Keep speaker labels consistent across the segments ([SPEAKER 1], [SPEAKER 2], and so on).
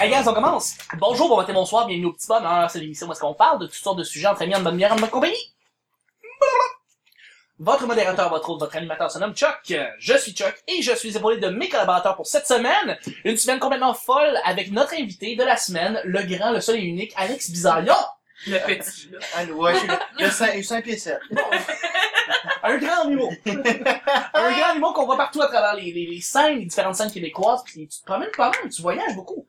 [SPEAKER 1] Hey guys, on commence! Bonjour, bon matin, bonsoir, bienvenue au Petit Bon. Alors, c'est l'émission où est-ce qu'on parle de toutes sortes de sujets entre amis, en bonne bière, en bonne compagnie. Votre modérateur, votre autre, votre animateur se nomme Chuck. Je suis Chuck et je suis épaulé de mes collaborateurs pour cette semaine. Une semaine complètement folle avec notre invité de la semaine, le grand, le seul et unique, Alex Bizarillon.
[SPEAKER 2] Le petit, là.
[SPEAKER 3] Allô, ouais, j'ai le 5, 5 pieds 7.
[SPEAKER 1] Un grand humour. Un grand humour qu'on voit partout à travers les, les, les scènes, les différentes scènes québécoises. Puis tu te promènes pas mal, tu voyages beaucoup.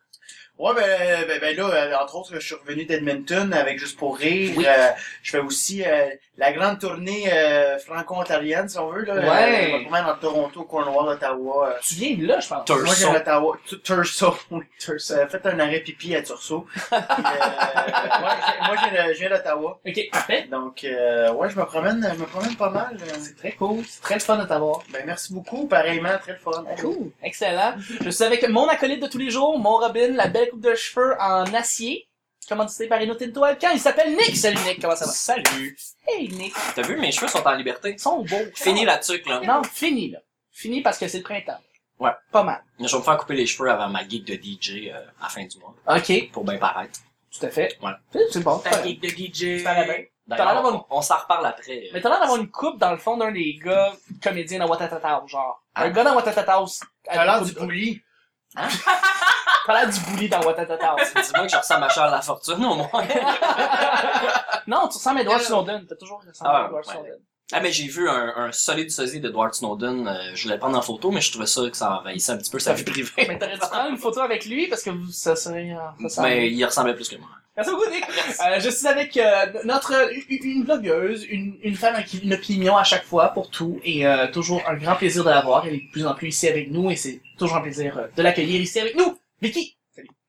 [SPEAKER 3] Ouais, ben, ben, ben là, euh, entre autres, je suis revenu d'Edmonton avec Juste pour rire.
[SPEAKER 1] Oui.
[SPEAKER 3] Euh, je fais aussi euh, la grande tournée euh, franco-ontarienne, si on veut. Là,
[SPEAKER 1] Ouais.
[SPEAKER 3] Euh, je me promène entre Toronto, Cornwall, Ottawa. euh,
[SPEAKER 1] Tu viens de là, je pense.
[SPEAKER 4] Turso.
[SPEAKER 3] Moi, j'aime Ottawa. Tu- Turso. Oui, Turso. Euh, Faites un arrêt pipi à Turso. Puis, euh, ouais, j'ai- moi, je viens de- je viens d'Ottawa.
[SPEAKER 1] Ok, parfait.
[SPEAKER 3] Donc, euh, ouais, je me promène, je me promène pas mal. euh.
[SPEAKER 1] C'est très cool. C'est très le fun de t'avoir.
[SPEAKER 3] Ben, merci beaucoup. Pareillement, très le fun.
[SPEAKER 1] Cool. Excellent. Je suis avec mon acolyte de tous les jours, mon Robin, la belle coupe de cheveux en acier. Comment tu par une Tinto Alcan. Il s'appelle Nick. Salut Nick, comment ça va?
[SPEAKER 4] Salut!
[SPEAKER 1] Hey Nick,
[SPEAKER 4] T'as vu, mes cheveux sont en liberté.
[SPEAKER 1] ils sont beaux.
[SPEAKER 4] Fini la tuque, là.
[SPEAKER 1] Non, fini là. Fini parce que c'est le printemps.
[SPEAKER 4] Ouais.
[SPEAKER 1] Pas mal.
[SPEAKER 4] Je vais me faire couper les cheveux avant ma gig de DJ euh, à la fin du mois,
[SPEAKER 1] Ok,
[SPEAKER 4] pour bien paraître.
[SPEAKER 1] tout à fait.
[SPEAKER 4] Ouais.
[SPEAKER 1] C'est- C'est bon.
[SPEAKER 2] Ta geek de DJ.
[SPEAKER 1] Ça va bien. T'as l'air
[SPEAKER 4] D'ailleurs,
[SPEAKER 1] d'avoir
[SPEAKER 4] on, on s'en reparle après.
[SPEAKER 1] Mais t'as l'air d'avoir une coupe dans le fond d'un des gars comédiens dans Watatata, genre. Un
[SPEAKER 4] Ah.
[SPEAKER 1] gars dans Watatata.
[SPEAKER 3] T'as l'air du bouli.
[SPEAKER 1] T'as l'air du bouli dans Watatata.
[SPEAKER 4] Dis-moi que je ressemble à Charles La Fortune, au moins.
[SPEAKER 1] non, tu ressembles à Edward Snowden. T'as toujours ressemblé à
[SPEAKER 4] Ah,
[SPEAKER 1] Edward
[SPEAKER 4] ouais.
[SPEAKER 1] Snowden.
[SPEAKER 4] Ah, mais j'ai vu un, un solide sosie d'Edward Snowden. euh, je voulais le prendre en photo, mais je trouvais ça que ça envahissait un petit peu sa vie privée.
[SPEAKER 1] Mais t'aurais dû prendre une photo avec lui parce que vous- ça serait. euh, Ça serait-
[SPEAKER 4] Mais il ressemblait plus que moi.
[SPEAKER 1] Merci beaucoup, Nick. Euh, je suis avec euh, notre une- une blogueuse, une, une femme avec une opinion à chaque fois pour tout et euh, toujours un grand plaisir de la voir. Elle est de plus en plus ici avec nous et c'est toujours un plaisir euh, de l'accueillir ici avec nous. Vicky,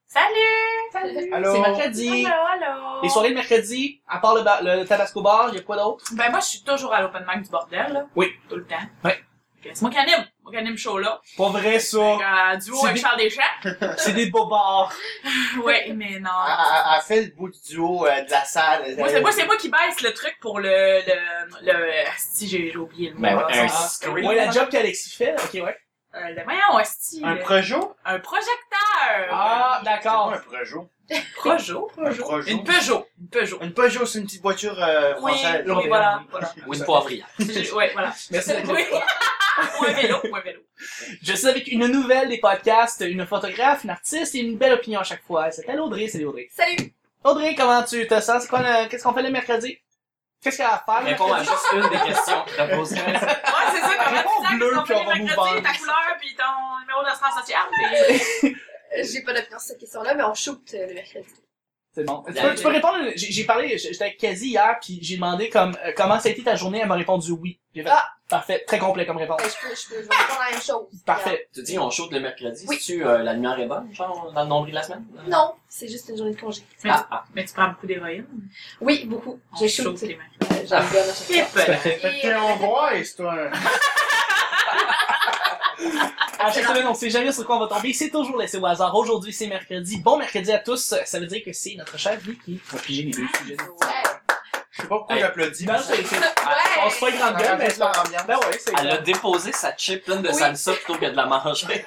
[SPEAKER 5] Salut! Salut!
[SPEAKER 3] Allô?
[SPEAKER 1] c'est mercredi.
[SPEAKER 5] Allô, allô!
[SPEAKER 1] Les soirées de mercredi, à part le, ba- le Tabasco Bar, il y a quoi d'autre?
[SPEAKER 2] Ben, moi, je suis toujours à l'open mic du bordel, là.
[SPEAKER 1] Oui.
[SPEAKER 2] Tout le temps.
[SPEAKER 1] Ouais.
[SPEAKER 2] Ok, C'est moi qui anime. Moi qui anime le show, là.
[SPEAKER 1] Pas vrai ça,
[SPEAKER 2] Euh, duo
[SPEAKER 1] C'est
[SPEAKER 2] avec
[SPEAKER 1] des-
[SPEAKER 2] Charles Deschamps.
[SPEAKER 1] c'est des bobards.
[SPEAKER 2] ouais, mais non.
[SPEAKER 1] Ah,
[SPEAKER 3] Elle fait le bout du duo euh, de la salle.
[SPEAKER 2] Moi, c'est moi, c'est moi qui baisse le truc pour le. le, le asti, j'ai j'ai oublié le mot.
[SPEAKER 4] Ben,
[SPEAKER 2] là,
[SPEAKER 4] un
[SPEAKER 2] ça.
[SPEAKER 4] screen.
[SPEAKER 1] Ouais, la job qu'Alexis fait, ok ouais.
[SPEAKER 2] Euh, le voyons, asti.
[SPEAKER 3] Un
[SPEAKER 2] le-
[SPEAKER 3] projo?
[SPEAKER 2] un projecteur.
[SPEAKER 1] Ah, d'accord.
[SPEAKER 3] C'est pas un projo.
[SPEAKER 2] Projo.
[SPEAKER 3] Un projo.
[SPEAKER 2] Une Peugeot. Une Peugeot.
[SPEAKER 3] Une Peugeot, c'est une petite voiture euh,
[SPEAKER 2] Oui,
[SPEAKER 3] française.
[SPEAKER 2] oui, voilà. voilà.
[SPEAKER 4] Ou une poivrière.
[SPEAKER 2] J'ai- ouais, voilà.
[SPEAKER 1] Merci d'être
[SPEAKER 2] Oui.
[SPEAKER 1] là.
[SPEAKER 2] Ou un vélo. Ou un vélo.
[SPEAKER 1] Je suis avec une nouvelle des podcasts, une photographe, une artiste et une belle opinion à chaque fois. Elle s'appelle Audrey, c'est Audrey.
[SPEAKER 5] Salut!
[SPEAKER 1] Audrey, comment tu te sens? C'est quoi le- Qu'est-ce qu'on fait le mercredi? Qu'est-ce qu'elle va faire? le
[SPEAKER 4] Réponds à
[SPEAKER 1] mercredi?
[SPEAKER 4] juste une des questions que t'as posées.
[SPEAKER 2] Ouais, c'est ça, comment
[SPEAKER 1] Réponds
[SPEAKER 2] tu
[SPEAKER 1] bleu,
[SPEAKER 2] sais
[SPEAKER 1] puis on va
[SPEAKER 2] qu'ils ont fait les
[SPEAKER 1] vous
[SPEAKER 2] mercredis,
[SPEAKER 1] vendre.
[SPEAKER 2] ta couleur, puis ton numéro d'assurance sociale. puis-
[SPEAKER 5] J'ai pas d'opinion sur cette question-là, mais on shoot euh, le mercredi.
[SPEAKER 1] C'est bon. Tu peux, tu peux répondre. J'ai j'ai parlé, j'étais avec Kazi hier, puis j'ai demandé comme, euh, comment ça a été ta journée. Elle m'a répondu oui. J'ai fait, ah, parfait, très complet comme réponse.
[SPEAKER 5] Ben, je peux, je peux, je vais répondre la même chose.
[SPEAKER 1] Parfait.
[SPEAKER 4] Tu dis, on shoot le mercredi.
[SPEAKER 5] Oui.
[SPEAKER 4] Si tu euh, la lumière est bonne, genre, dans le nombril de la semaine?
[SPEAKER 5] Alors, Non, c'est juste une journée de congé.
[SPEAKER 2] Mais,
[SPEAKER 4] Ah,
[SPEAKER 2] tu, mais tu prends beaucoup d'héroïne.
[SPEAKER 5] Oui, beaucoup.
[SPEAKER 2] On
[SPEAKER 5] Je
[SPEAKER 2] chauffe
[SPEAKER 5] shoot.
[SPEAKER 2] les
[SPEAKER 5] Euh,
[SPEAKER 2] mains.
[SPEAKER 5] J'en rigole à chaque fois.
[SPEAKER 2] Hip.
[SPEAKER 1] euh,
[SPEAKER 3] Fait que t'es hongrois, c'est toi. un-
[SPEAKER 1] À chaque semaine, on sait jamais sur quoi on va tomber. C'est toujours laissé au hasard. Aujourd'hui, c'est mercredi. Bon mercredi à tous. Ça veut dire que c'est notre chère Vicky qui va piger les deux sujets.
[SPEAKER 5] Ouais.
[SPEAKER 3] Je sais pas pourquoi
[SPEAKER 4] Hey.
[SPEAKER 3] j'applaudis.
[SPEAKER 1] Dimanche, c'est, c'est- on se fait
[SPEAKER 3] Ça
[SPEAKER 1] grande gueule, mais
[SPEAKER 3] rajoute
[SPEAKER 1] c'est pas
[SPEAKER 3] leur ambiance.
[SPEAKER 1] Ben ouais, c'est
[SPEAKER 4] Elle a déposé sa chip pleine de
[SPEAKER 5] Oui.
[SPEAKER 4] salsa plutôt que de la manger.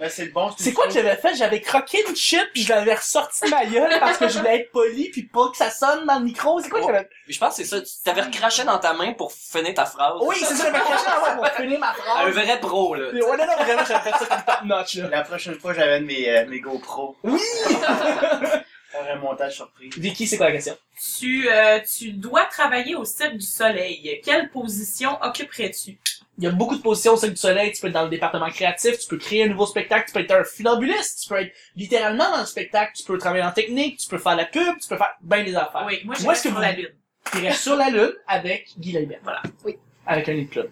[SPEAKER 3] Ben, c'est le bon.
[SPEAKER 1] C'est quoi que j'avais fait? J'avais croqué une chip puis je l'avais ressorti de ma gueule parce que je voulais être poli puis pas que ça sonne dans le micro. C'est quoi que j'avais?
[SPEAKER 4] Je pense que c'est ça. Tu t'avais recraché dans ta main pour finir ta phrase.
[SPEAKER 1] Oui, c'est ça, j'avais caché dans la main pour finir ma
[SPEAKER 4] Un
[SPEAKER 1] phrase.
[SPEAKER 4] vrai pro, là.
[SPEAKER 1] Puis Ouais, non, non, vraiment, j'avais fait ça comme top notch, là.
[SPEAKER 3] La prochaine fois, j'amène mes, euh, mes GoPro.
[SPEAKER 1] Oui!
[SPEAKER 3] Faire un montage surprise.
[SPEAKER 1] Vicky, c'est quoi la question?
[SPEAKER 2] Tu, euh, tu dois travailler au cible du soleil. Quelle position occuperais-tu?
[SPEAKER 1] Il y a beaucoup de positions au sein du soleil. Tu peux être dans le département créatif, tu peux créer un nouveau spectacle, tu peux être un funambuliste, tu peux être littéralement dans le spectacle, tu peux travailler en technique, tu peux faire la pub, tu peux faire bien des affaires.
[SPEAKER 2] Oui, moi, je
[SPEAKER 1] Moi,
[SPEAKER 2] suis
[SPEAKER 1] est-ce que
[SPEAKER 2] sur
[SPEAKER 1] vous-
[SPEAKER 2] la lune.
[SPEAKER 1] Tu irais sur la lune avec Guy Lalibert.
[SPEAKER 2] Voilà.
[SPEAKER 5] Oui.
[SPEAKER 1] Avec un nid de clown.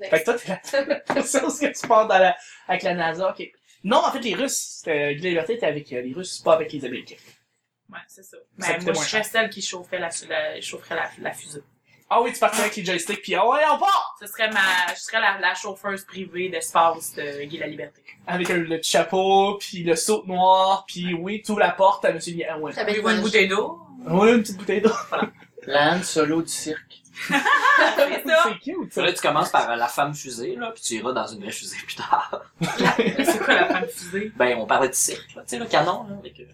[SPEAKER 5] Nice.
[SPEAKER 1] Fait que toi, t'es la personne que tu pars dans la... avec la NASA, ok. Non, en fait, les Russes, c'était, Guy Liberté était avec euh, les Russes, pas avec les Américains.
[SPEAKER 2] Ouais, c'est ça.
[SPEAKER 1] Ça
[SPEAKER 2] Mais
[SPEAKER 1] coûtait
[SPEAKER 2] moi, je
[SPEAKER 1] moins
[SPEAKER 2] serais celle qui chauffait la, la, chaufferait la, la fusée.
[SPEAKER 1] Ah oui, tu partais avec les joysticks, puis ah ouais, on part!
[SPEAKER 2] Ce serait ma, je serais la, la chauffeuse privée d'espace de Guy la Liberté.
[SPEAKER 1] Avec euh, le, le chapeau, puis le saut noir, puis oui, tu ouvres la porte à Monsieur Lia- Ah ouais.
[SPEAKER 5] J'avais
[SPEAKER 2] Voulez-vous une bouteille d'eau?
[SPEAKER 1] Oui, une petite bouteille d'eau.
[SPEAKER 3] L'âne solo du cirque.
[SPEAKER 2] C'est ça.
[SPEAKER 1] C'est cute, ça.
[SPEAKER 4] Là, tu commences par euh, la femme fusée, là, puis tu iras dans une vraie fusée plus tard.
[SPEAKER 2] C'est quoi la femme fusée?
[SPEAKER 4] Ben, on parlait de cirque, là, tu sais, le canon, là, avec... euh,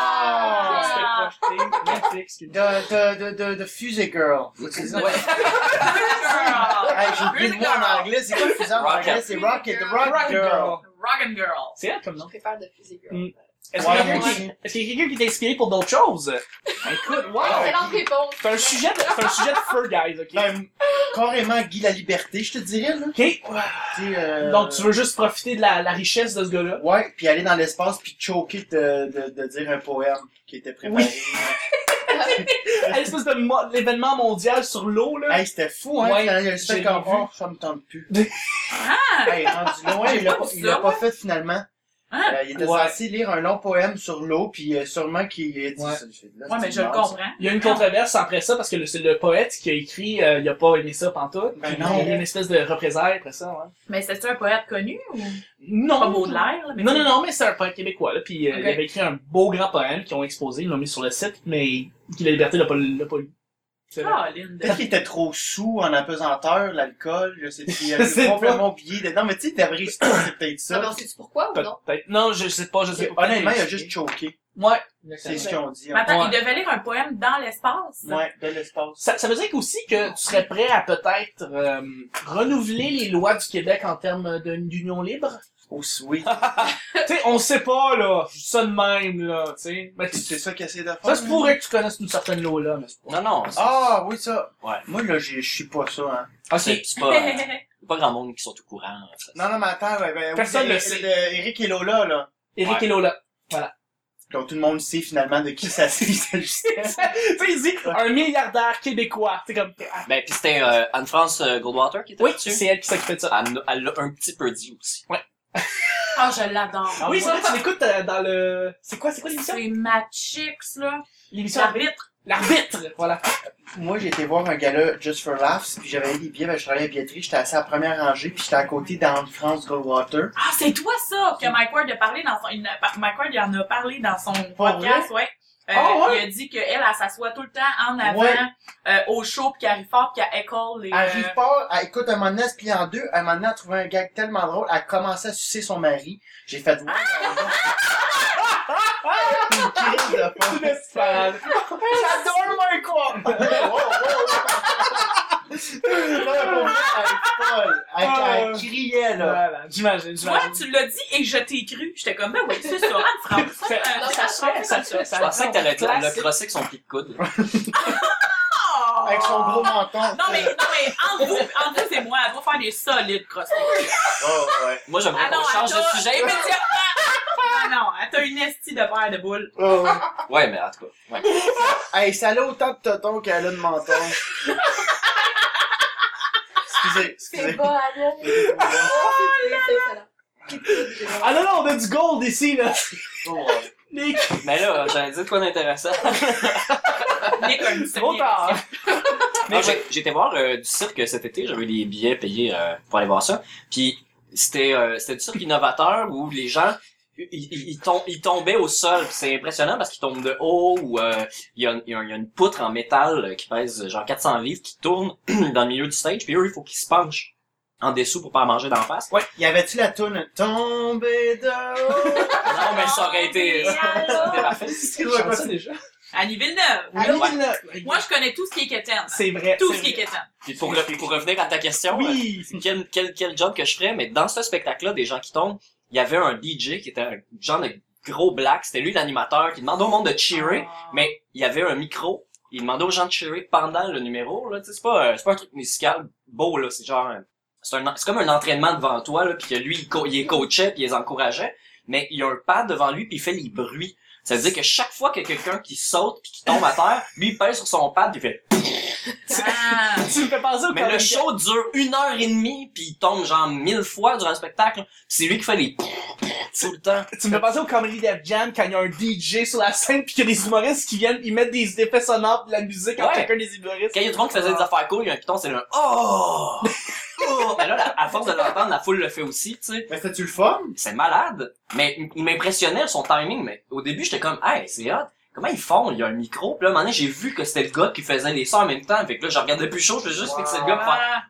[SPEAKER 1] Ah! C'était projeté. Netflix.
[SPEAKER 3] De, de, de, de, de Fusée Girl. Faut que tu dises-
[SPEAKER 4] Ouais.
[SPEAKER 2] Girl!
[SPEAKER 3] Hey, j'ai oublié le
[SPEAKER 2] Fusée
[SPEAKER 3] mot en
[SPEAKER 2] Girl.
[SPEAKER 3] anglais, c'est quoi fusée en
[SPEAKER 4] Rocket.
[SPEAKER 3] anglais? C'est Rocket, the Rocket,
[SPEAKER 1] Rocket
[SPEAKER 3] Girl.
[SPEAKER 1] Girl.
[SPEAKER 2] Rock and Girl.
[SPEAKER 1] C'est là comme
[SPEAKER 5] Je
[SPEAKER 1] nom.
[SPEAKER 5] préfère de Fusée Girl.
[SPEAKER 1] Mm. Est-ce qu'il y a
[SPEAKER 3] Ouais,
[SPEAKER 1] quelqu'un
[SPEAKER 3] moi
[SPEAKER 1] qui-
[SPEAKER 3] aussi.
[SPEAKER 1] est-ce qu'il y a quelqu'un qui t'a inspiré pour d'autres choses? Ben, écoute, wow!
[SPEAKER 5] Excellente Ah, réponse.
[SPEAKER 1] C'est un sujet de, c'est un sujet de feu, guys, ok?
[SPEAKER 3] Ben, carrément Guy la Liberté, je te dirais, là.
[SPEAKER 1] Ok?
[SPEAKER 3] Tu sais, euh,
[SPEAKER 1] Donc, tu veux juste profiter de la, la richesse de ce gars-là?
[SPEAKER 3] Ouais, puis aller dans l'espace puis choquer de, de, de dire un poème qui était préparé.
[SPEAKER 1] Hey, L'espèce de mo- l'événement mondial sur l'eau, là?
[SPEAKER 3] hey, c'était fou, hein?
[SPEAKER 1] Ouais,
[SPEAKER 3] il y a un
[SPEAKER 1] j'ai
[SPEAKER 3] spectacle comme
[SPEAKER 1] vu.
[SPEAKER 3] oh, ça me tente plus.
[SPEAKER 2] Ah!
[SPEAKER 3] hey, rendu loin, il l'a pas, il l'a
[SPEAKER 2] Ça,
[SPEAKER 3] pas fait finalement.
[SPEAKER 2] Hein?
[SPEAKER 3] Euh, il était
[SPEAKER 1] Ah! Ouais.
[SPEAKER 3] censé lire un long poème sur l'eau, puis euh, sûrement qu'il a dit
[SPEAKER 1] Ouais.
[SPEAKER 3] ça, j'ai fait, là,
[SPEAKER 2] Ouais,
[SPEAKER 3] c'est
[SPEAKER 2] mais je le
[SPEAKER 3] mort,
[SPEAKER 2] comprends.
[SPEAKER 1] Il y a une controverse après ça parce que le- c'est le poète qui a écrit, euh, il a pas aimé ça pantoute.
[SPEAKER 3] Ben
[SPEAKER 1] Puis
[SPEAKER 3] non.
[SPEAKER 1] Il y a eu une espèce de représailles après ça, ouais.
[SPEAKER 2] Mais c'est un poète connu ou
[SPEAKER 1] Non!
[SPEAKER 2] pas Baudelaire? Là, mais
[SPEAKER 1] Non, non, non, mais c'est un poète québécois, là. Puis euh,
[SPEAKER 2] Ok.
[SPEAKER 1] il avait écrit un beau grand poème qu'ils ont exposé, ils l'ont mis sur le site, mais Guy la Liberté l'a pas, l'a pas lu. C'est vrai.
[SPEAKER 2] Ah, Lynn.
[SPEAKER 3] Peut-être qu'il était trop sous en apesanteur, l'alcool, je sais plus, il
[SPEAKER 1] Je sais
[SPEAKER 3] avait
[SPEAKER 1] pas.
[SPEAKER 3] complètement oublié. de- Non, mais tu sais, t'avais réussi, c'est peut-être
[SPEAKER 5] Ah, mais
[SPEAKER 3] ça.
[SPEAKER 5] on sait-tu pourquoi ou non?
[SPEAKER 1] Peut-être. Non, je sais pas, je sais pas.
[SPEAKER 3] Honnêtement, il a juste choqué.
[SPEAKER 1] Ouais.
[SPEAKER 3] C'est ce qu'ils ont dit. hein.
[SPEAKER 2] Mais attends,
[SPEAKER 1] Ouais.
[SPEAKER 2] il devait lire un poème dans l'espace?
[SPEAKER 3] Ouais, de l'espace.
[SPEAKER 1] Ça, ça veut dire qu'aussi que tu serais prêt à peut-être euh, renouveler les lois du Québec en termes de- d'union libre?
[SPEAKER 3] Aussi, oui.
[SPEAKER 1] tu sais, on sait pas, là. Je dis ça de même, là, tu sais. Mais tu-
[SPEAKER 3] C'est ça qu'il essaie de faire.
[SPEAKER 1] ça se pourrait que tu connaisses une certaine loi, là, mais c'est pas.
[SPEAKER 4] Non, non, c'est
[SPEAKER 3] Ah, oui, ça.
[SPEAKER 4] Ouais.
[SPEAKER 3] Moi, là, j'ai- je suis pas ça, hein.
[SPEAKER 1] Ah,
[SPEAKER 4] c'est- c'est pas, euh, pas grand monde qui sont au courant. en fait.
[SPEAKER 3] Non, non, mais attends, ben, ben,
[SPEAKER 1] Personne
[SPEAKER 3] oui,
[SPEAKER 1] le
[SPEAKER 3] euh,
[SPEAKER 1] sait.
[SPEAKER 3] euh, Eric et Lola, là.
[SPEAKER 1] Éric
[SPEAKER 4] Ouais.
[SPEAKER 1] et Lola.
[SPEAKER 3] Donc, tout le monde sait, finalement, de qui ça s'il s'agissait.
[SPEAKER 1] tu sais, il dit un milliardaire québécois. Tu sais, comme. Ah,
[SPEAKER 4] Ben, puis c'était euh, Anne-France euh, Goldwater qui était
[SPEAKER 1] Oui,
[SPEAKER 4] là-dessus.
[SPEAKER 1] c'est elle qui s'occupait de ça.
[SPEAKER 4] Elle elle l'a un petit peu dit aussi.
[SPEAKER 2] Ah, je l'adore.
[SPEAKER 3] Ah,
[SPEAKER 1] oui,
[SPEAKER 3] ouais.
[SPEAKER 1] c'est vrai, tu l'écoutes euh, dans le. C'est quoi, c'est quoi l'émission?
[SPEAKER 2] C'est ma chicks, là.
[SPEAKER 1] L'émission
[SPEAKER 2] L'arbitre.
[SPEAKER 1] L'arbitre! Voilà.
[SPEAKER 3] Moi, j'ai été voir un gala Just for Laughs, puis j'avais des billets, ben, je travaillais à la billetterie, j'étais assis à la première rangée, puis j'étais à côté d'Anne-France Goldwater.
[SPEAKER 2] Ah, c'est toi, ça, que Mike Ward a parlé dans son, il a- par- Mike Ward, il en a parlé dans son podcast, ouais. Euh,
[SPEAKER 1] Ah, ouais?
[SPEAKER 2] Il a dit qu'elle, elle, s'assoit tout le temps en avant,
[SPEAKER 3] Ouais.
[SPEAKER 2] euh, au show, pis qu'elle arrive fort, pis qu'elle école les... euh,
[SPEAKER 3] Elle
[SPEAKER 1] euh,
[SPEAKER 3] arrive pas, elle écoute un moment donné, elle se plie en deux, un moment donné, elle trouve un gag tellement drôle, elle commençait à sucer son mari. J'ai fait,
[SPEAKER 1] Ah!
[SPEAKER 3] Ah! ouais, une crise de
[SPEAKER 1] C'est
[SPEAKER 3] pomme.
[SPEAKER 1] l'espace.
[SPEAKER 3] J'adore mon corps! wow, wow. Non, mais pour vrai, elle est folle. Elle, elle criait, là.
[SPEAKER 1] Voilà, j'imagine,
[SPEAKER 2] Tu vois,
[SPEAKER 1] j'imagine.
[SPEAKER 2] tu l'as dit et je t'ai cru. J'étais comme, ben oui, c'est ça, Anne-France.
[SPEAKER 1] Ça-
[SPEAKER 2] euh,
[SPEAKER 5] ça
[SPEAKER 2] se fait,
[SPEAKER 1] ça se fait,
[SPEAKER 4] Je
[SPEAKER 1] ça
[SPEAKER 4] pensais que t'allais
[SPEAKER 1] se fait.
[SPEAKER 4] le crosser avec son pied de coude.
[SPEAKER 2] Oh!
[SPEAKER 3] Avec son gros menton.
[SPEAKER 2] Non, mais, non, mais, entre vous, entre vous et moi, elle doit faire des solides crossfit.
[SPEAKER 3] Oh, ouais.
[SPEAKER 4] Moi, j'aimerais
[SPEAKER 2] Ah non,
[SPEAKER 4] qu'on change
[SPEAKER 2] attends.
[SPEAKER 4] de sujet. mais-
[SPEAKER 2] Immédiatement! non, non, elle t'a une estie de paire de boules.
[SPEAKER 3] Oh, ouais.
[SPEAKER 4] Ouais, mais en tout cas. ouais.
[SPEAKER 3] Hey, ça a autant de toton qu'elle a de menton. excusez,
[SPEAKER 5] C'est
[SPEAKER 3] excusez.
[SPEAKER 5] bas, Anna. C'est excellent.
[SPEAKER 1] Ah non, non, on a du gold ici, là.
[SPEAKER 3] Oh, ouais.
[SPEAKER 1] Les
[SPEAKER 4] Mais Ben là, j'allais dire de quoi d'intéressant.
[SPEAKER 2] Nick a une
[SPEAKER 1] Trop tard.
[SPEAKER 4] Non, j'ai- J'étais voir euh, du cirque cet été, j'avais des billets payés euh, pour aller voir ça. Puis c'était euh, c'était du cirque innovateur où les gens ils, ils, ils tom- ils tombaient au sol. Puis C'est impressionnant parce qu'ils tombent de haut ou euh, il y, a, une- il y a une- il y a une poutre en métal euh, qui pèse euh, genre 400 livres qui tourne dans le milieu du stage. Puis eux, il faut qu'ils se penchent en dessous pour pas en manger d'en face.
[SPEAKER 3] Y avait-tu la toune Tombé de haut?
[SPEAKER 4] Ah, Non, mais ça
[SPEAKER 2] Ah,
[SPEAKER 4] aurait été... c'était parfait.
[SPEAKER 1] C'est quoi ça déjà?
[SPEAKER 2] Annie Villeneuve.
[SPEAKER 1] Allô,
[SPEAKER 4] Ouais.
[SPEAKER 1] Villeneuve.
[SPEAKER 2] Moi, je connais tout ce qui est quétaine.
[SPEAKER 1] C'est vrai.
[SPEAKER 2] Tout
[SPEAKER 1] c'est
[SPEAKER 2] ce qui est
[SPEAKER 1] vrai.
[SPEAKER 2] quétaine.
[SPEAKER 4] Puis pour, re- pour revenir à ta question, euh,
[SPEAKER 1] Oui!
[SPEAKER 4] quel, quel, quel job que je ferais, mais dans ce spectacle-là, des gens qui tombent, il y avait un DJ qui était un genre de gros black, c'était lui l'animateur qui demandait au monde de cheerer,
[SPEAKER 2] Ah.
[SPEAKER 4] mais il y avait un micro, il demandait aux gens de cheerer pendant le numéro, là, tu sais, c'est pas, euh, c'est pas un truc musical beau, là, c'est genre, un- c'est un, c'est comme un entraînement devant toi, là, puis que lui, il, co- il les coachait, puis il les encourageait, mais il y a un pad devant lui, puis il fait les bruits. Ça veut dire que chaque fois qu'il y a quelqu'un qui saute puis qui tombe à terre, lui, il pèse sur son pad, puis il fait
[SPEAKER 2] Ah.
[SPEAKER 1] Tu me fais penser au
[SPEAKER 4] mais le
[SPEAKER 1] Colin-
[SPEAKER 4] show dure une heure et demie, puis il tombe genre mille fois durant le spectacle. Puis C'est lui qui fait les... tout le temps.
[SPEAKER 1] Tu me fais penser au Comedy Dev Jam quand il y a un DJ sur la scène puis qu'il y a des humoristes qui viennent, ils mettent des effets sonores de la musique en
[SPEAKER 4] Ouais.
[SPEAKER 1] chacun des humoristes.
[SPEAKER 4] Quand il y a du monde qui faisait des affaires cool, il y a un piton, c'est le oh! oh! Mais là, la- à force de l'entendre, la foule le fait aussi, tu sais.
[SPEAKER 3] Mais c'était-tu le fun?
[SPEAKER 4] C'est malade. Mais il- il m'impressionnait son timing, mais au début, j'étais comme, hey, c'est hot. Comment ils font? Il y a un micro. Puis là, à un moment donné, j'ai vu que c'était le gars qui faisait les sons en même temps. Fait que là, je regardais plus chaud, je faisais juste
[SPEAKER 3] Wow.
[SPEAKER 4] que c'est le gars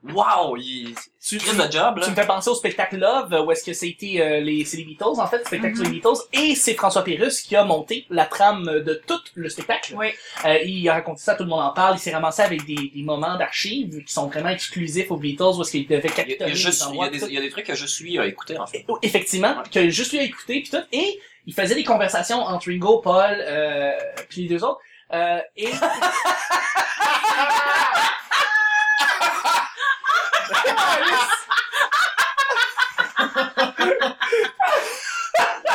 [SPEAKER 4] pour faire, wow, il,
[SPEAKER 1] Tu-
[SPEAKER 4] Chris de job, là.
[SPEAKER 1] Tu me fais penser au spectacle Love, euh, où est-ce que c'était euh, les, c'est les Beatles, en fait, le spectacle
[SPEAKER 4] Mhm.
[SPEAKER 1] sur les Beatles, et c'est François Pérus qui a monté la trame de tout le spectacle.
[SPEAKER 2] Oui.
[SPEAKER 1] Euh, il a raconté ça, tout le monde en parle, il s'est ramassé avec des, des moments d'archives qui sont vraiment exclusifs aux Beatles, où est-ce qu'il devait
[SPEAKER 4] Il y a- il y a
[SPEAKER 1] capitaliser
[SPEAKER 4] juste-
[SPEAKER 1] des
[SPEAKER 4] il y
[SPEAKER 1] endroits,
[SPEAKER 4] a des, il y a des trucs que je suis à écouter, en fait.
[SPEAKER 1] tout. Effectivement, que juste lui a écouté, puis tout, et il faisait des conversations entre Ringo, Paul, euh, puis les deux autres, euh, et...
[SPEAKER 3] Wow.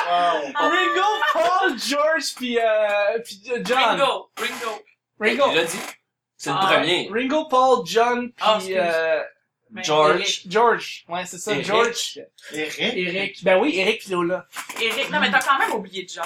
[SPEAKER 1] Ah,
[SPEAKER 4] Ah.
[SPEAKER 1] Ringo, Paul, George, puis, euh, puis euh, John.
[SPEAKER 2] Ringo, Ringo.
[SPEAKER 1] Ringo.
[SPEAKER 4] Il l'a dit. C'est le
[SPEAKER 2] Ah.
[SPEAKER 4] premier.
[SPEAKER 1] Ringo, Paul, John, puis
[SPEAKER 2] Ah, excuse.
[SPEAKER 1] euh,
[SPEAKER 2] Ben,
[SPEAKER 4] George.
[SPEAKER 1] George. Ouais, c'est ça,
[SPEAKER 4] Eric.
[SPEAKER 1] George.
[SPEAKER 3] Eric?
[SPEAKER 1] Eric. Ben oui, Eric puis Lola.
[SPEAKER 2] Eric. Eric. Non, mais t'as quand même oublié John.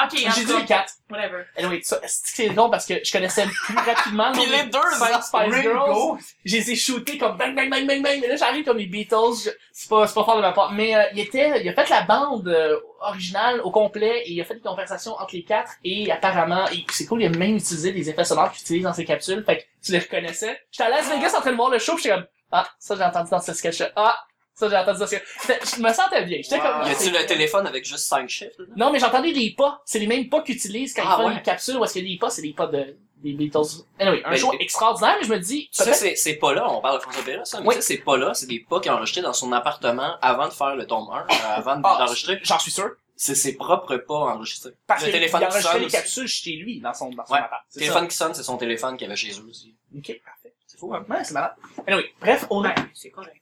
[SPEAKER 2] Ok, en
[SPEAKER 1] J'ai dit
[SPEAKER 2] tout
[SPEAKER 1] les
[SPEAKER 2] cas,
[SPEAKER 1] quatre.
[SPEAKER 2] Whatever.
[SPEAKER 1] Anyway, Eh ça, c'est c'est long parce que je connaissais plus rapidement
[SPEAKER 4] Puis
[SPEAKER 1] nom
[SPEAKER 4] les
[SPEAKER 1] des
[SPEAKER 4] deux,
[SPEAKER 1] Spice,
[SPEAKER 4] hein,
[SPEAKER 1] Spice Girls.
[SPEAKER 3] Ringo?
[SPEAKER 1] Je les ai shootés comme bang, bang, bang, bang, bang. Mais là, j'arrive comme les Beatles. Je- C'est pas, c'est pas fort de ma part. Mais euh, il était, il a fait la bande euh, originale au complet et il a fait des conversations entre les quatre et apparemment, et c'est cool, il a même utilisé des effets sonores qu'il utilise dans ses capsules. Fait que tu les reconnaissais. J'étais à
[SPEAKER 4] Ah.
[SPEAKER 1] Las Vegas en train de voir le show pis j'étais comme, ah, ça j'ai entendu dans ce sketch-là. Ah, ça j'ai entendu dans ce sketch-là. J'étais- Je me sentais bien. J'étais
[SPEAKER 3] Wow.
[SPEAKER 1] comme,
[SPEAKER 4] Y
[SPEAKER 1] ah, c'est-
[SPEAKER 4] a-t-il le téléphone avec juste 5 chiffres? là?
[SPEAKER 1] non, mais j'entendais des pas. C'est les mêmes pas qu'ils utilisent quand
[SPEAKER 4] Ah,
[SPEAKER 1] ils font
[SPEAKER 4] ouais.
[SPEAKER 1] les capsules. Ou est-ce qu'il y a des pas? C'est des pas de, des Beatles. Anyway, un
[SPEAKER 4] Mais-
[SPEAKER 1] show extraordinaire, mais je me dis,
[SPEAKER 4] Tu sais,
[SPEAKER 1] peut-être-
[SPEAKER 4] c'est, c'est pas là, on parle de François Pérusse, hein, mais
[SPEAKER 1] Oui.
[SPEAKER 4] tu sais, c'est pas là, c'est des pas qu'il a enregistré dans son appartement avant de faire le tome 1, euh, avant de-
[SPEAKER 1] Ah,
[SPEAKER 4] d'enregistrer.
[SPEAKER 1] j'en suis sûr.
[SPEAKER 4] C'est ses propres pas enregistrés.
[SPEAKER 1] Parce
[SPEAKER 4] le
[SPEAKER 1] que
[SPEAKER 4] téléphone
[SPEAKER 1] il
[SPEAKER 4] qui
[SPEAKER 1] enregistrait
[SPEAKER 4] sonne
[SPEAKER 1] les
[SPEAKER 4] aussi.
[SPEAKER 1] capsules chez lui, dans son, dans son
[SPEAKER 4] Ouais.
[SPEAKER 1] appart.
[SPEAKER 4] Le
[SPEAKER 1] C'est
[SPEAKER 4] téléphone qui sonne, c'est son téléphone qu'il avait chez eux aussi.
[SPEAKER 1] ça. Ok, parfait.
[SPEAKER 4] C'est fou, hein?
[SPEAKER 1] Ouais, c'est malade. Anyway, bref, on a...
[SPEAKER 2] Ben, c'est correct.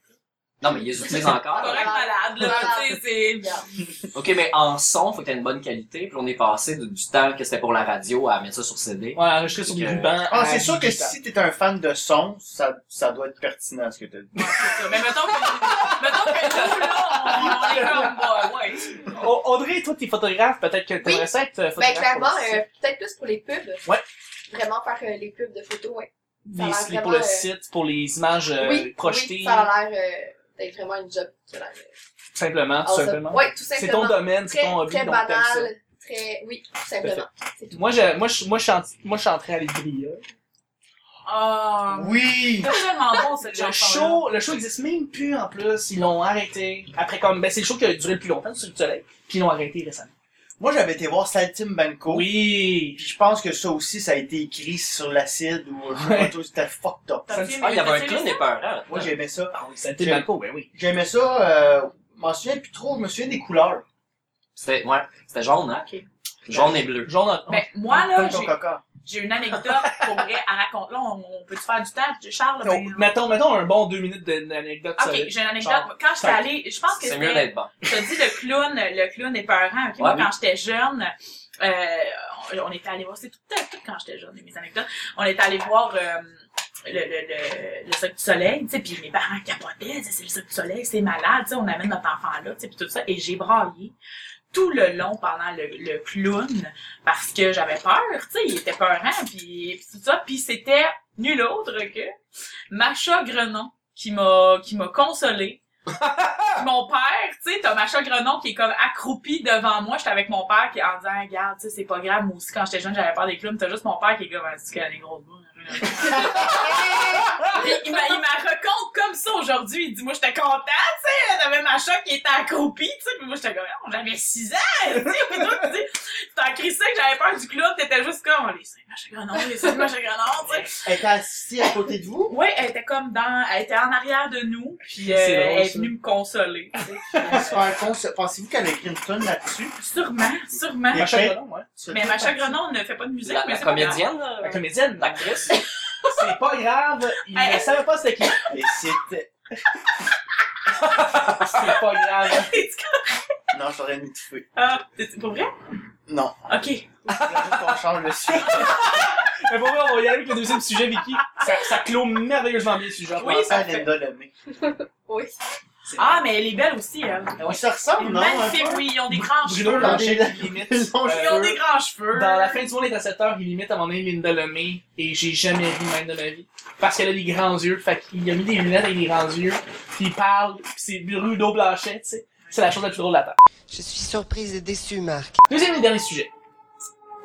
[SPEAKER 4] Non, mais ils les utilisent encore.
[SPEAKER 2] Correct, malade, là.
[SPEAKER 5] Malade.
[SPEAKER 2] Tu sais, c'est.
[SPEAKER 4] ok, mais en son, faut que t'aies une bonne qualité, puis on est passé de- du temps que c'était pour la radio à mettre ça sur CD.
[SPEAKER 1] Ouais, enregistré sur des
[SPEAKER 4] Ok.
[SPEAKER 1] rubans.
[SPEAKER 3] Ah,
[SPEAKER 1] à
[SPEAKER 3] c'est sûr que
[SPEAKER 1] digital.
[SPEAKER 3] si t'es un fan de son, ça, ça doit être pertinent ce que t'as dit.
[SPEAKER 2] Ouais, c'est ça. Mais mettons que, mettons que nous, là, on, on est comme, bah, ouais.
[SPEAKER 1] Au- Audrey, toi, t'es photographe, peut-être que t'aimerais ça être euh,
[SPEAKER 5] Ben
[SPEAKER 1] photographe.
[SPEAKER 5] clairement,
[SPEAKER 1] pour le
[SPEAKER 5] euh, peut-être plus pour les pubs.
[SPEAKER 1] Ouais.
[SPEAKER 5] Vraiment faire euh, les pubs de photos, ouais.
[SPEAKER 1] site.
[SPEAKER 5] ça a
[SPEAKER 1] Des
[SPEAKER 5] l'air
[SPEAKER 1] slips pour le
[SPEAKER 5] vraiment,
[SPEAKER 1] site, pour les images euh,
[SPEAKER 5] oui,
[SPEAKER 1] projetées,
[SPEAKER 5] oui, ça a l'air euh, d'être vraiment une job qui a l'air euh,
[SPEAKER 1] simplement, tout
[SPEAKER 5] awesome.
[SPEAKER 1] Ah, simplement.
[SPEAKER 5] Ouais, tout
[SPEAKER 1] C'est
[SPEAKER 5] simplement.
[SPEAKER 1] ton domaine, c'est
[SPEAKER 5] très,
[SPEAKER 1] ton hobby,
[SPEAKER 5] très
[SPEAKER 1] donc t'aimes ça.
[SPEAKER 5] banal, très... Oui, tout simplement. C'est tout.
[SPEAKER 1] Moi, je, moi, je, moi, je suis en, moi, je suis entré à l'ébria.
[SPEAKER 2] Ah,
[SPEAKER 3] Oui!
[SPEAKER 2] c'est tellement bon,
[SPEAKER 1] Le
[SPEAKER 2] cette chanson.
[SPEAKER 1] show, le show existe même plus, en plus. Ils l'ont arrêté. Après, comme, ben, c'est le show qui a duré le plus longtemps, sur le soleil. Puis ils l'ont arrêté récemment.
[SPEAKER 3] Moi, j'avais été voir Saltimbanco.
[SPEAKER 1] Oui!
[SPEAKER 3] Puis je pense que ça aussi, ça a été écrit sur l'acide ou euh, je sais pas
[SPEAKER 1] Ouais.
[SPEAKER 3] trop, c'était fucked up.
[SPEAKER 4] Ah, il y avait un clown épeurant.
[SPEAKER 3] Moi, j'aimais ça.
[SPEAKER 1] Ah oui, ça a été
[SPEAKER 3] J'ai-
[SPEAKER 1] Banco, ben oui.
[SPEAKER 3] J'aimais ça, euh, je m'en souviens plus trop, je me souviens des couleurs.
[SPEAKER 4] C'était, ouais, c'était jaune, hein?
[SPEAKER 2] Ok.
[SPEAKER 4] Jaune et bleu.
[SPEAKER 1] Jaune,
[SPEAKER 2] Ben, moi, là,
[SPEAKER 3] Comme ton
[SPEAKER 2] j'ai-
[SPEAKER 3] coca.
[SPEAKER 2] j'ai une anecdote pour vrai à raconter. Là, on, on peut-tu faire du temps, Charles?
[SPEAKER 1] Donc,
[SPEAKER 2] Ben, Ah,
[SPEAKER 1] mettons, mettons un bon deux minutes de- d'anecdote.
[SPEAKER 2] Ok,
[SPEAKER 1] solide.
[SPEAKER 2] j'ai une anecdote.
[SPEAKER 1] Charles.
[SPEAKER 2] Quand j'étais allée, je pense que
[SPEAKER 4] C'est mieux
[SPEAKER 2] c'était,
[SPEAKER 4] d'être bon.
[SPEAKER 2] je te dis le clown, le clown épeurant. ok? Moi,
[SPEAKER 4] Ouais,
[SPEAKER 2] quand j'étais jeune, euh, on, on était allé voir, c'est tout, tout quand j'étais jeune, mes anecdotes. On était allé voir euh, le, le, le, le Cirque du Soleil, tu sais, puis mes parents capotaient, ils disaient, c'est le Cirque du Soleil, c'est malade, tu sais, on amène notre enfant là, tu sais, puis tout ça. Et j'ai braillé tout le long pendant le, le clown parce que j'avais peur, tu sais, il était peurant, puis puis tout ça, puis c'était nul autre que Macha Grenon qui m'a qui m'a consolée. Puis mon père, tu sais, t'as Macha Grenon qui est comme accroupi devant moi. J'étais avec mon père qui en disant, regarde, tu sais, c'est pas grave. Moi aussi, quand j'étais jeune, j'avais peur des clowns. T'as juste mon père qui est comme, ah, tu connais gros il m'a, il m'a raconte comme ça aujourd'hui. Il dit, moi, j'étais content, tu sais. T'avais Macha qui était accroupie, tu sais. Puis moi, j'étais comme, Ah, j'avais 6 ans, tu sais. Puis toi, tu dis, t'en crissais que j'avais peur du clown. T'étais juste comme, les cinq Macha Grenon, les cinq Macha Grenon, tu sais.
[SPEAKER 3] Elle était assise à côté de vous?
[SPEAKER 2] Ouais, elle était comme dans, elle était en arrière de nous, puis euh,
[SPEAKER 1] C'est drôle,
[SPEAKER 2] elle est
[SPEAKER 1] ça.
[SPEAKER 2] venue me consoler. tu sais.
[SPEAKER 3] Elle se fait un con- se- Pensez-vous qu'elle a écrit une tonne là-dessus?
[SPEAKER 2] sûrement, sûrement.
[SPEAKER 3] Mais-
[SPEAKER 1] Macha Grenon, ouais.
[SPEAKER 2] Mais Macha Grenon ne fait pas de musique,
[SPEAKER 4] La,
[SPEAKER 2] mais
[SPEAKER 4] la
[SPEAKER 2] c'est pas grave.
[SPEAKER 4] comédienne,
[SPEAKER 1] La
[SPEAKER 4] là,
[SPEAKER 1] comédienne,
[SPEAKER 4] l'actrice.
[SPEAKER 1] c'est pas grave. Il
[SPEAKER 2] Hey.
[SPEAKER 1] ne savait pas c'était qui.
[SPEAKER 3] Mais c'était.
[SPEAKER 1] C'est pas grave.
[SPEAKER 3] Non, j'aurais mis de feu.
[SPEAKER 2] Ah, c'est pour vrai?
[SPEAKER 3] Non.
[SPEAKER 2] Ok.
[SPEAKER 3] Je voulais juste qu'on change le sujet.
[SPEAKER 1] Mais pour moi, on va y aller avec le deuxième sujet, Vicky. Ça, ça clôt merveilleusement bien le sujet.
[SPEAKER 3] Je pensais à
[SPEAKER 2] parfait.
[SPEAKER 3] Linda Lemay.
[SPEAKER 5] Oui.
[SPEAKER 1] C'est-
[SPEAKER 2] Ah, mais elle est belle aussi, elle.
[SPEAKER 3] On se
[SPEAKER 1] Ah,
[SPEAKER 3] ressemble, non? hein, un
[SPEAKER 2] Magnifique,
[SPEAKER 3] peu?
[SPEAKER 2] oui, ils ont des grands
[SPEAKER 1] Bruno
[SPEAKER 2] cheveux.
[SPEAKER 3] Blanchet.
[SPEAKER 1] Blanchet qui limite.
[SPEAKER 3] Ils ont
[SPEAKER 2] Ils ont
[SPEAKER 1] Euh,
[SPEAKER 2] des grands cheveux.
[SPEAKER 1] Dans la fin du monde, il est à 7 heures, il limite à mon nez Linda Lemay, et j'ai jamais vu même de ma vie. Parce qu'elle a des grands yeux, fait qu'il a mis des lunettes avec des grands yeux, puis il parle, puis c'est Bruno Blanchet, tu sais. C'est la chose la plus drôle de la terre.
[SPEAKER 6] Je suis surprise et déçue, Marc.
[SPEAKER 1] Deuxième et dernier sujet.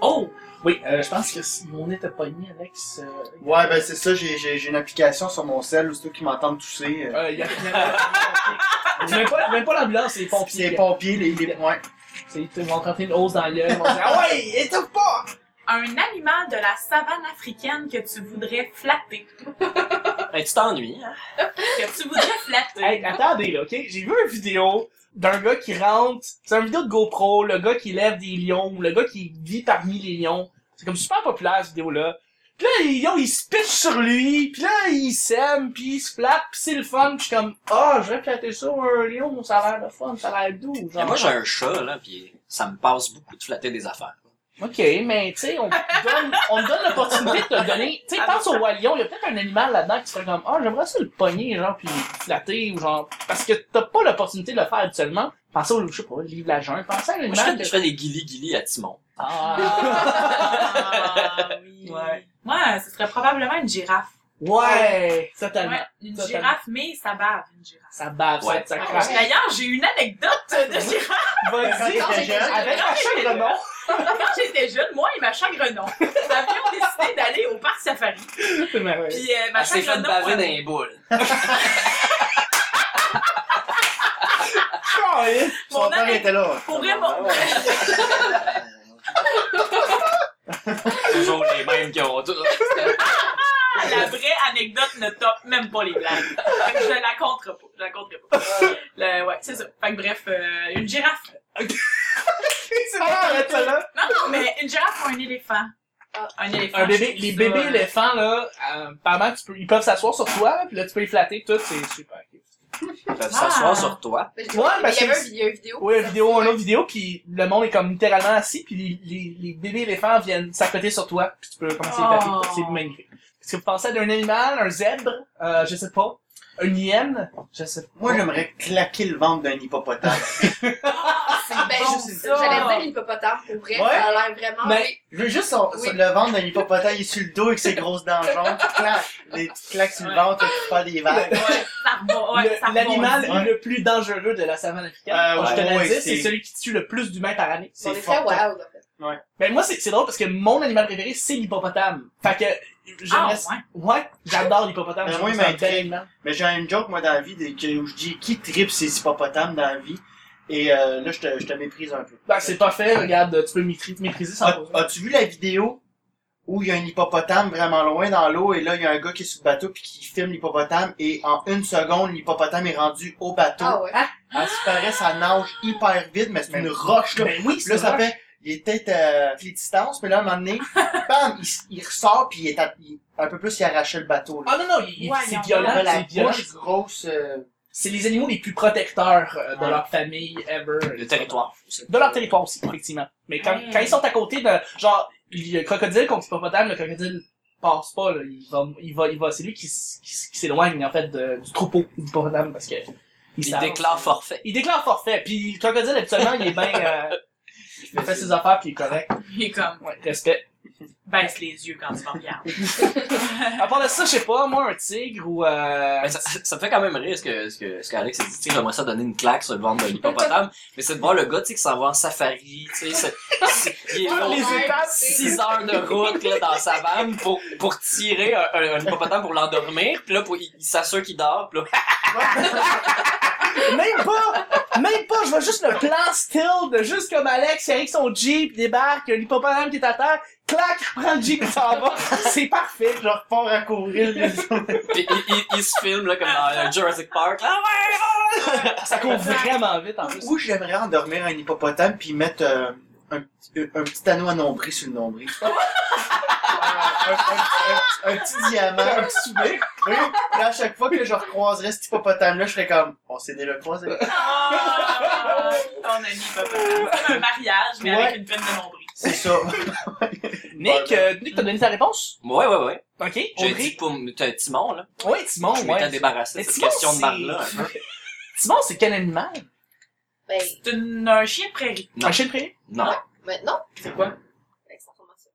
[SPEAKER 1] Oh! Oui, euh, je pense que si on était euh, pogné avec ce...
[SPEAKER 3] Ouais, ben c'est ça, j'ai- j'ai j'ai une application sur mon cell, aussitôt qu'ils m'entendent tousser. euh,
[SPEAKER 1] Euh, il y a... même pas, même pas l'ambulance, c'est les
[SPEAKER 3] Puis les
[SPEAKER 1] pompiers.
[SPEAKER 3] pompiers, les, les ouais.
[SPEAKER 1] C'est, ils vont te rentrer une hausse dans l'œil, ils vont dire, ah ouais, étouffe pas!
[SPEAKER 2] Un animal de la savane africaine que tu voudrais flatter.
[SPEAKER 4] Hey, tu t'ennuies, hein?
[SPEAKER 2] Que tu voudrais flatter.
[SPEAKER 1] Hey, ah. attendez, là, ok? J'ai vu une vidéo d'un gars qui rentre. C'est une vidéo de GoPro, le gars qui lève des lions, le gars qui vit parmi les lions. C'est comme super populaire, cette vidéo-là. Puis là, les lions, ils se pitchent sur lui, puis là, ils s'aiment, puis ils se flattent, puis c'est le fun. Puis je suis comme, ah, je vais flatter ça, un lion, ça a l'air le fun, ça a l'air doux,
[SPEAKER 4] Mais
[SPEAKER 1] genre.
[SPEAKER 4] moi, j'ai un chat, là, pis ça me passe beaucoup de flatter des affaires.
[SPEAKER 1] Ok, mais tu sais, on te donne, on te donne l'opportunité de te donner. Tu sais, pense au roi lion, il y a peut-être un animal là-dedans qui serait comme, ah, j'aimerais ça le pogner, genre, puis flatter, ou genre, parce que t'as pas l'opportunité de le faire habituellement. Pensez au, je sais pas, livre la jungle, pensez à un
[SPEAKER 4] Moi, je ferais,
[SPEAKER 1] animal
[SPEAKER 4] je
[SPEAKER 1] que...
[SPEAKER 4] ferais des guilis-guilis à Timon.
[SPEAKER 1] Ah,
[SPEAKER 2] Ah, oui.
[SPEAKER 1] Ouais.
[SPEAKER 2] Moi, ce serait probablement une girafe.
[SPEAKER 1] ouais, totalement.
[SPEAKER 2] Ouais, une
[SPEAKER 1] Totalement.
[SPEAKER 2] girafe, mais ça bave, une girafe.
[SPEAKER 1] Ça bave,
[SPEAKER 4] Ouais.
[SPEAKER 1] ça, ça
[SPEAKER 5] Ah,
[SPEAKER 1] crache.
[SPEAKER 2] D'ailleurs, j'ai une anecdote de girafe
[SPEAKER 1] Vas-y,
[SPEAKER 3] Quand j'étais jeune.
[SPEAKER 1] avec la chaîne de nom.
[SPEAKER 2] quand j'étais jeune. Moi et ma chagrenon, nous avions décidé d'aller au parc safari.
[SPEAKER 1] C'est merveilleux.
[SPEAKER 2] Puis euh, ma
[SPEAKER 4] Elle s'est fait
[SPEAKER 2] chagrenon...
[SPEAKER 4] baver dans les boules.
[SPEAKER 1] oh,
[SPEAKER 3] Son père
[SPEAKER 2] anecdote-
[SPEAKER 3] était là. Ah
[SPEAKER 2] Pour vrai, mon-
[SPEAKER 4] Toujours les mêmes qui ont tout.
[SPEAKER 2] euh, la vraie anecdote ne top même pas les blagues. Fait que je la compterai pas. Je la compterai pas. Le- ouais, c'est ça. Fait que bref, euh, une girafe.
[SPEAKER 1] C'est bon, arrête ça là.
[SPEAKER 2] Non, non, mais une girafe ou un éléphant.
[SPEAKER 5] Ah.
[SPEAKER 2] Un éléphant.
[SPEAKER 1] Un
[SPEAKER 2] je
[SPEAKER 1] bébé,
[SPEAKER 2] trouve
[SPEAKER 1] les
[SPEAKER 2] ça-
[SPEAKER 1] bébés éléphants, là, euh, pendant que tu peux, ils peuvent s'asseoir sur toi, là, puis là, tu peux les flatter, tout, c'est super.
[SPEAKER 4] Ils peuvent
[SPEAKER 2] Ah.
[SPEAKER 4] s'asseoir sur toi.
[SPEAKER 5] Mais j'ai-
[SPEAKER 1] Ouais,
[SPEAKER 5] mais
[SPEAKER 1] parce
[SPEAKER 5] il y avait
[SPEAKER 1] que-
[SPEAKER 5] un- il y a une vidéo.
[SPEAKER 1] Oui, une vidéo, une autre vidéo, puis le monde est comme littéralement assis, puis les, les, les bébés éléphants viennent s'accoter sur toi, puis tu peux commencer à les taper.
[SPEAKER 2] Oh.
[SPEAKER 1] C'est magnifique. Est-ce que vous pensez à d'un animal, un zèbre, euh, je sais pas, une hyène, je sais pas.
[SPEAKER 3] Moi, j'aimerais claquer le ventre d'un hippopotame.
[SPEAKER 5] Ben,
[SPEAKER 2] bon,
[SPEAKER 5] je-
[SPEAKER 2] ça.
[SPEAKER 5] j'allais dire l'hippopotame pour vrai,
[SPEAKER 3] Ouais.
[SPEAKER 5] ça a l'air vraiment.
[SPEAKER 1] Mais-
[SPEAKER 5] oui.
[SPEAKER 3] Je veux juste son-
[SPEAKER 5] Oui.
[SPEAKER 3] son- le ventre d'un hippopotame, il est sur le dos avec ses grosses dents jaunes, tu claques, les petites claques sur le
[SPEAKER 2] Ouais.
[SPEAKER 3] ventre, tu fais des vagues.
[SPEAKER 2] Ouais, ça rebond- ouais,
[SPEAKER 1] Le-
[SPEAKER 2] ça rebondit.
[SPEAKER 1] L'animal
[SPEAKER 3] rebondit.
[SPEAKER 1] le plus dangereux de la savane africaine,
[SPEAKER 3] Euh,
[SPEAKER 1] je te
[SPEAKER 3] ouais,
[SPEAKER 1] l'ai
[SPEAKER 3] ouais,
[SPEAKER 1] dit, c'est
[SPEAKER 3] c'est-
[SPEAKER 1] celui qui tue le plus d'humains par année.
[SPEAKER 3] C'est
[SPEAKER 5] On était
[SPEAKER 3] fort.
[SPEAKER 5] wild, en fait.
[SPEAKER 1] Mais moi, c'est c'est drôle parce que mon animal préféré, c'est l'hippopotame. Fait que,
[SPEAKER 2] Ah,
[SPEAKER 1] j'aimerais...
[SPEAKER 2] ouais.
[SPEAKER 1] ouais, j'adore l'hippopotame.
[SPEAKER 3] Mais
[SPEAKER 1] je
[SPEAKER 3] Euh, moi,
[SPEAKER 1] trouve
[SPEAKER 3] il
[SPEAKER 1] que c'est un
[SPEAKER 3] m'intrigue.
[SPEAKER 1] bel animal.
[SPEAKER 3] Mais j'ai une joke, moi, dans la vie, de- que- où je dis qui tripe ses hippopotames dans la vie. Et euh, là, je te, je te méprise un peu.
[SPEAKER 1] Ben, c'est pas fait, regarde, tu peux maîtri- maîtriser sans
[SPEAKER 3] As-
[SPEAKER 1] problème.
[SPEAKER 3] As-tu vu la vidéo où il y a un hippopotame vraiment loin dans l'eau et là, il y a un gars qui est sur le bateau puis qui filme l'hippopotame et en une seconde, l'hippopotame est rendu au bateau.
[SPEAKER 5] Ah ouais.
[SPEAKER 3] À ce qui paraît, ça nage hyper vite, mais c'est
[SPEAKER 1] Mais-
[SPEAKER 3] une roche, là.
[SPEAKER 1] Ben oui,
[SPEAKER 3] Puis là, ça fait, il est peut-être euh, les distances, mais là, à un moment donné, bam, il, s- il ressort puis il est à- il- un peu plus, il arrachait le bateau, là.
[SPEAKER 1] Ah non, non, il- il-
[SPEAKER 2] Ouais, ils
[SPEAKER 1] c'est
[SPEAKER 2] ont
[SPEAKER 3] Il
[SPEAKER 1] violent,
[SPEAKER 3] avait la
[SPEAKER 1] c'est violent.
[SPEAKER 3] bouche grosse. euh,
[SPEAKER 1] C'est les animaux les plus protecteurs euh, de
[SPEAKER 3] Ouais.
[SPEAKER 1] leur famille ever.
[SPEAKER 4] Le territoire.
[SPEAKER 1] De leur territoire aussi, effectivement. Mais quand,
[SPEAKER 2] Ouais.
[SPEAKER 1] quand ils sont à côté de, genre, le crocodile contre l'hippopotame, le crocodile passe pas, là. Il va, il va, il va, c'est lui qui, s- qui s- qui s'éloigne, en fait, de- du troupeau d'hippopotame parce que
[SPEAKER 4] Il
[SPEAKER 1] s'avance.
[SPEAKER 4] déclare forfait.
[SPEAKER 1] Il déclare forfait. Puis le crocodile, habituellement, il est bien, euh, il fait ses affaires puis il est correct.
[SPEAKER 2] Il est comme,
[SPEAKER 1] Ouais, respect.
[SPEAKER 2] baisse les yeux quand tu vas regarder.
[SPEAKER 1] À part de ça, je sais pas, moi, un tigre ou, euh,
[SPEAKER 4] Ben, ça, ça me fait quand même rire ce que, ce que, ce qu'Alex a dit. Tu sais, j'aimerais ça donner une claque sur le ventre d'un hippopotame. mais c'est de voir le gars, tu sais, qui s'en va en safari, tu sais, c'est- c'est- il est
[SPEAKER 1] Toutes
[SPEAKER 4] là,
[SPEAKER 1] les
[SPEAKER 5] Ouais,
[SPEAKER 1] étapes,
[SPEAKER 5] c'est-
[SPEAKER 4] 6 heures de route, là, dans sa vanne pour, pour tirer un, un- un hippopotame pour l'endormir. Puis là, pour, il, il s'assure qu'il dort. Puis là,
[SPEAKER 1] Même pas! Même pas! Je vois juste le plan still de juste comme Alex, il arrive avec son Jeep, il débarque, il y a l'hippopotame qui est à terre, clac, il reprend le Jeep, il s'en va. C'est parfait.
[SPEAKER 3] je repars à courir.
[SPEAKER 4] puis il, il- il se filme, là, comme dans euh, Jurassic Park. là. Ah ouais!
[SPEAKER 1] Ça court vraiment vite en plus.
[SPEAKER 3] Ou j'aimerais endormir un hippopotame puis mettre euh, un, petit- un petit anneau à nombril sur le nombril. Euh, un, un- un- un petit diamant.
[SPEAKER 1] Un petit soupir.
[SPEAKER 3] Oui, là, à chaque fois que je recroiserais cet hippopotame-là, je serais comme, on s'est déjà croisé.
[SPEAKER 2] Ah, oh ton ami papa. Comme un mariage, mais
[SPEAKER 3] Ouais.
[SPEAKER 2] avec une peine de nombril.
[SPEAKER 3] C'est ça.
[SPEAKER 1] Nick, euh, Nick, t'as donné ta réponse?
[SPEAKER 4] Ouais, ouais, ouais. Oh,
[SPEAKER 1] Ok,
[SPEAKER 4] J'ai dit
[SPEAKER 1] Audrey?
[SPEAKER 4] pour m- t'as Timon, là.
[SPEAKER 1] Oui, Timon,
[SPEAKER 4] Je m'étais
[SPEAKER 1] ouais.
[SPEAKER 4] débarrassé de
[SPEAKER 1] Mais
[SPEAKER 4] cette
[SPEAKER 1] Timon,
[SPEAKER 4] question de
[SPEAKER 1] c'est-
[SPEAKER 4] marde-là, un peu.
[SPEAKER 1] Simon, c'est quel animal?
[SPEAKER 5] Ben,
[SPEAKER 2] C'est une- un chien de prairie.
[SPEAKER 4] Non.
[SPEAKER 1] Un chien de prairie?
[SPEAKER 4] Non,
[SPEAKER 5] maintenant,
[SPEAKER 2] C'est quoi?
[SPEAKER 5] ben, c'est information.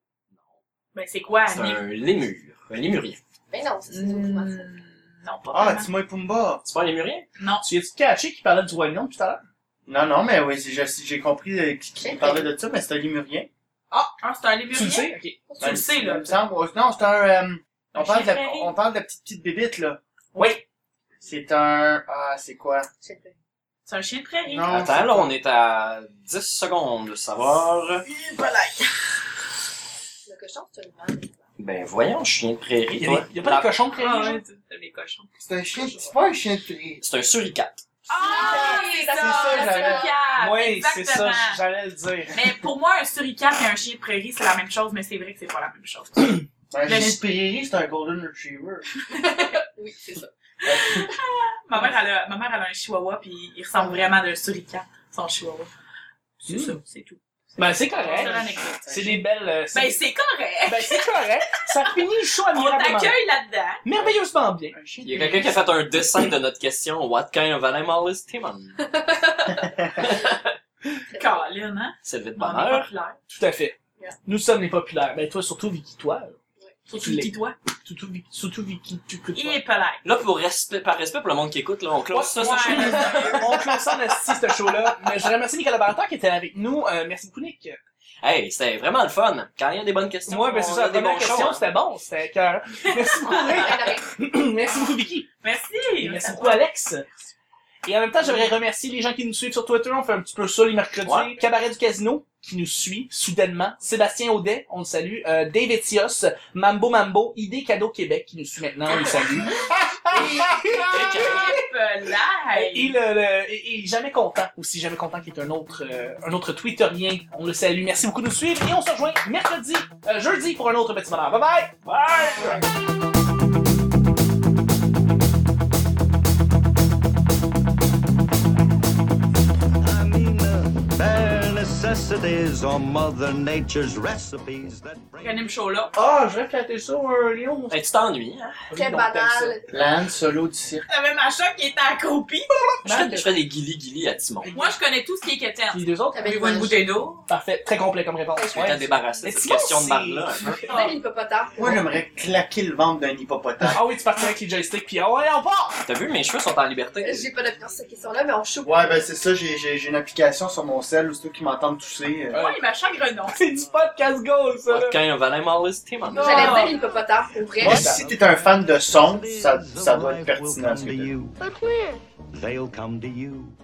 [SPEAKER 2] Ben, c'est quoi,
[SPEAKER 1] Ah,
[SPEAKER 4] c'est
[SPEAKER 2] Annie?
[SPEAKER 4] un lémur. Un lémurien.
[SPEAKER 5] Ben non, c'est des informations.
[SPEAKER 2] Hmm, Non, pas
[SPEAKER 3] Ah,
[SPEAKER 2] vraiment.
[SPEAKER 3] Timo et Pumba!
[SPEAKER 4] C'est pas un lémurien?
[SPEAKER 2] Non.
[SPEAKER 1] Tu viens-tu caché qui parlait du Wagnon tout à l'heure?
[SPEAKER 3] Non, non, mais oui, c'est- j'ai j'ai compris euh, qui, qui parlait de ça, mais c'est un limurien.
[SPEAKER 2] Ah, c'est un lémurien?
[SPEAKER 1] Tu le sais? Ok.
[SPEAKER 2] Tu le sais,
[SPEAKER 3] Il
[SPEAKER 2] là.
[SPEAKER 3] me semble. Oh, Non, c'est un. euh,
[SPEAKER 2] Un
[SPEAKER 3] on, parle de
[SPEAKER 2] chien
[SPEAKER 3] la,
[SPEAKER 2] prairie.
[SPEAKER 3] on parle de la petite, petite bébite, là.
[SPEAKER 2] Oui.
[SPEAKER 3] C'est un. Ah, c'est quoi?
[SPEAKER 5] Je sais pas.
[SPEAKER 2] C'est un chien de prairie.
[SPEAKER 3] Non.
[SPEAKER 4] Attends, là, on est à 10 secondes de savoir.
[SPEAKER 2] Hi, balaye.
[SPEAKER 5] Le cochon, c'est un animal.
[SPEAKER 4] Ben voyons, chien de prairie,
[SPEAKER 1] Il y a,
[SPEAKER 4] toi.
[SPEAKER 1] des- il y a pas de cochon de
[SPEAKER 2] Ah,
[SPEAKER 1] prairie?
[SPEAKER 2] ouais, tu- t'as mes cochons.
[SPEAKER 3] C'est un chien. C'est pas un chien de prairie.
[SPEAKER 4] C'est un suricate.
[SPEAKER 2] Ah, c'est ça,
[SPEAKER 3] ça,
[SPEAKER 2] le
[SPEAKER 3] j'avais-
[SPEAKER 2] suricate.
[SPEAKER 1] Oui, c'est ça,
[SPEAKER 2] Exactement.
[SPEAKER 1] j'allais le dire.
[SPEAKER 2] Mais pour moi, un suricate et un chien de prairie, c'est la même chose, mais c'est vrai que c'est pas la même chose.
[SPEAKER 3] Ben, Un
[SPEAKER 2] Le-
[SPEAKER 3] chien de prairie, c'est un Golden Retriever.
[SPEAKER 5] Oui, c'est ça.
[SPEAKER 2] ma, mère, elle a, ma mère, elle a un chihuahua, puis il ressemble vraiment à un suricate, son chihuahua. C'est
[SPEAKER 1] Hmm.
[SPEAKER 2] ça, c'est tout.
[SPEAKER 1] Ben, c'est
[SPEAKER 2] C'est
[SPEAKER 1] correct.
[SPEAKER 2] l'anecdote.
[SPEAKER 1] C'est des belles... euh, c'est-
[SPEAKER 2] Ben, c'est correct.
[SPEAKER 1] ben, c'est correct. Ça finit le show
[SPEAKER 2] On
[SPEAKER 1] admirablement.
[SPEAKER 2] t'accueille là-dedans.
[SPEAKER 1] Merveilleusement bien.
[SPEAKER 3] Un chien de
[SPEAKER 4] Il y a
[SPEAKER 3] prairie.
[SPEAKER 4] quelqu'un qui a fait un dessin de notre question What kind of animal is Timon?
[SPEAKER 2] Colin, hein?
[SPEAKER 4] C'est le de
[SPEAKER 1] Ah,
[SPEAKER 2] On est
[SPEAKER 4] bonheur.
[SPEAKER 2] populaire.
[SPEAKER 1] Tout à fait.
[SPEAKER 5] Yeah.
[SPEAKER 1] Nous sommes les populaires. Ben, toi, surtout Vicky, toi.
[SPEAKER 2] Surtout le petit toi.
[SPEAKER 1] Surtout Vicky, surtout Vicky, tu que
[SPEAKER 2] Il
[SPEAKER 1] toi.
[SPEAKER 2] est polite.
[SPEAKER 4] Là, pour respect, par respect pour le monde qui écoute, là, on close ça, ça,
[SPEAKER 2] Ouais.
[SPEAKER 1] On close ça en esti, ce show-là. Mais je remercie mes collaborateurs qui étaient avec nous. Euh, merci beaucoup, Nick.
[SPEAKER 4] Hey, c'était vraiment le fun. Quand il y a des bonnes questions,
[SPEAKER 1] Moi, ben, c'est
[SPEAKER 4] on
[SPEAKER 1] ça,
[SPEAKER 4] a
[SPEAKER 1] la
[SPEAKER 4] des
[SPEAKER 1] première
[SPEAKER 4] bons shows,
[SPEAKER 1] question,
[SPEAKER 4] hein.
[SPEAKER 1] c'était bon, c'était écœurant. Merci beaucoup, Nick. Merci beaucoup, Vicky.
[SPEAKER 2] Merci.
[SPEAKER 1] Et merci beaucoup, Alex. Et en même temps, j'aimerais remercier les gens qui nous suivent sur Twitter. On fait un petit peu ça les mercredis.
[SPEAKER 4] Ouais.
[SPEAKER 1] Cabaret du Casino, qui nous suit soudainement. Sébastien Audet, on le salue. Euh, David Sios, Mambo Mambo, ID Cadeau Québec, qui nous suit maintenant, on le salue. Et,
[SPEAKER 2] Polite.
[SPEAKER 1] le, le- et, et jamais content aussi, jamais content qui est un autre euh, un autre Twitterien. On le salue. Merci beaucoup de nous suivre et on se rejoint mercredi, euh, jeudi pour un autre petit bonheur. Bye bye. Bye.
[SPEAKER 7] I mean, uh, bare necessities or Mother Nature's recipes that bring.
[SPEAKER 2] René me chaud là.
[SPEAKER 1] Ah, je vais flatter ça, un lion.
[SPEAKER 4] Hey, tu t'ennuies, hein?
[SPEAKER 5] Très banal.
[SPEAKER 3] Land solo du cirque.
[SPEAKER 2] T'avais ma chat qui était accroupie.
[SPEAKER 4] Je fais, je fais des guilis-guilis à Timon.
[SPEAKER 2] Moi, je connais tout ce qui est quétaine.
[SPEAKER 1] Les deux autres,
[SPEAKER 5] T'avais
[SPEAKER 2] Voulez-vous une bouteille d'eau?
[SPEAKER 1] parfait. Très complet comme réponse.
[SPEAKER 4] Je vais t'en débarrasser
[SPEAKER 1] Mais
[SPEAKER 4] de cette
[SPEAKER 1] Timon,
[SPEAKER 4] question de
[SPEAKER 1] c'est-
[SPEAKER 4] marde-là. un peu.
[SPEAKER 5] Même l'hippopotame.
[SPEAKER 3] Moi, j'aimerais claquer le ventre d'un hippopotame.
[SPEAKER 1] Ah oui, tu partais avec les joysticks, puis ah ouais, on part!
[SPEAKER 4] T'as vu, mes cheveux sont en liberté.
[SPEAKER 5] J'ai pas d'opinion sur cette question-là, mais on chope.
[SPEAKER 3] Ouais, ben c'est ça, j'ai- j'ai j'ai une application sur mon sel, ceux qui m'entendent tousser. euh,
[SPEAKER 2] Moi, Oh, il m'a chagrinon.
[SPEAKER 1] C'est du podcast uh. goal, ça, là!
[SPEAKER 4] What kind of animal is Timon?
[SPEAKER 1] Non.
[SPEAKER 5] J'allais dire l'hippopotame pour vrai.
[SPEAKER 3] Moi, si t'es un fan de son, ça, ça doit être
[SPEAKER 7] Life will
[SPEAKER 3] pertinent.
[SPEAKER 7] come
[SPEAKER 3] ce que
[SPEAKER 7] to
[SPEAKER 3] t'as dit.
[SPEAKER 7] you. They'll come to you.